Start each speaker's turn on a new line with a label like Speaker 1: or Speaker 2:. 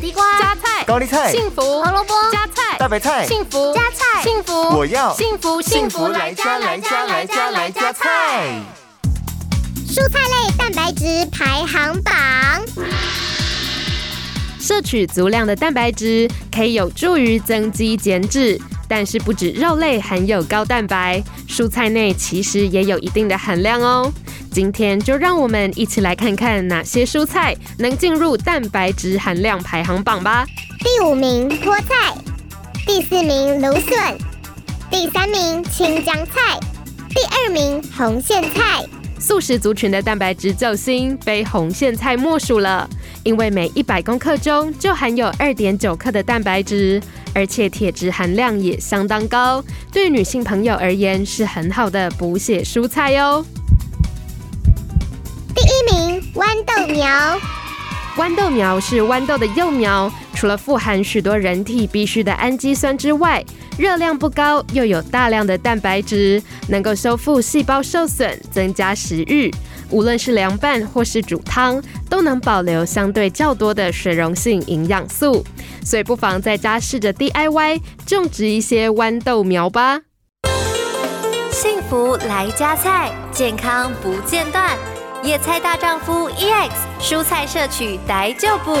Speaker 1: 地瓜、
Speaker 2: 加菜、
Speaker 3: 高丽菜、
Speaker 2: 幸福、
Speaker 1: 胡萝卜、
Speaker 2: 加菜、
Speaker 3: 大白菜、
Speaker 2: 幸福、
Speaker 1: 加菜
Speaker 2: 幸福，
Speaker 3: 我要
Speaker 2: 幸福
Speaker 3: 幸福来家来家来家来家菜。
Speaker 1: 蔬菜类蛋白质排行榜。
Speaker 2: 摄取足量的蛋白质可以有助于增肌减脂，但是不止肉类含有高蛋白，蔬菜内其实也有一定的含量哦。今天就让我们一起来看看哪些蔬菜能进入蛋白质含量排行榜吧。
Speaker 1: 第五名菠菜，第四名芦笋，第三名青江菜，第二名红苋菜。
Speaker 2: 素食族群的蛋白质救星非红苋菜莫属了，因为每一百克中就含有二点九克的蛋白质，而且铁质含量也相当高，对女性朋友而言是很好的补血蔬菜哦。
Speaker 1: 第一名豌豆苗，
Speaker 2: 豌豆苗是豌豆的幼苗，除了富含许多人体必需的氨基酸之外，热量不高，又有大量的蛋白质，能够修复细胞受损，增加食欲。无论是凉拌或是煮汤，都能保留相对较多的水溶性营养素，所以不妨在家试着 DIY 种植一些豌豆苗吧。
Speaker 4: 幸福来加菜，健康不 E 间断。野菜大丈夫 EX，蔬菜摄取逮就补。